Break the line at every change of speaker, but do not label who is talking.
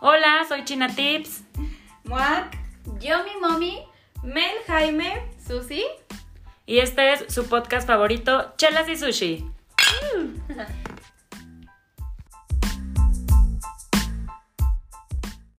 Hola, soy China Tips.
Muac,
Yo, mi mommy,
Mel Jaime.
Susi.
Y este es su podcast favorito, Chelas y Sushi.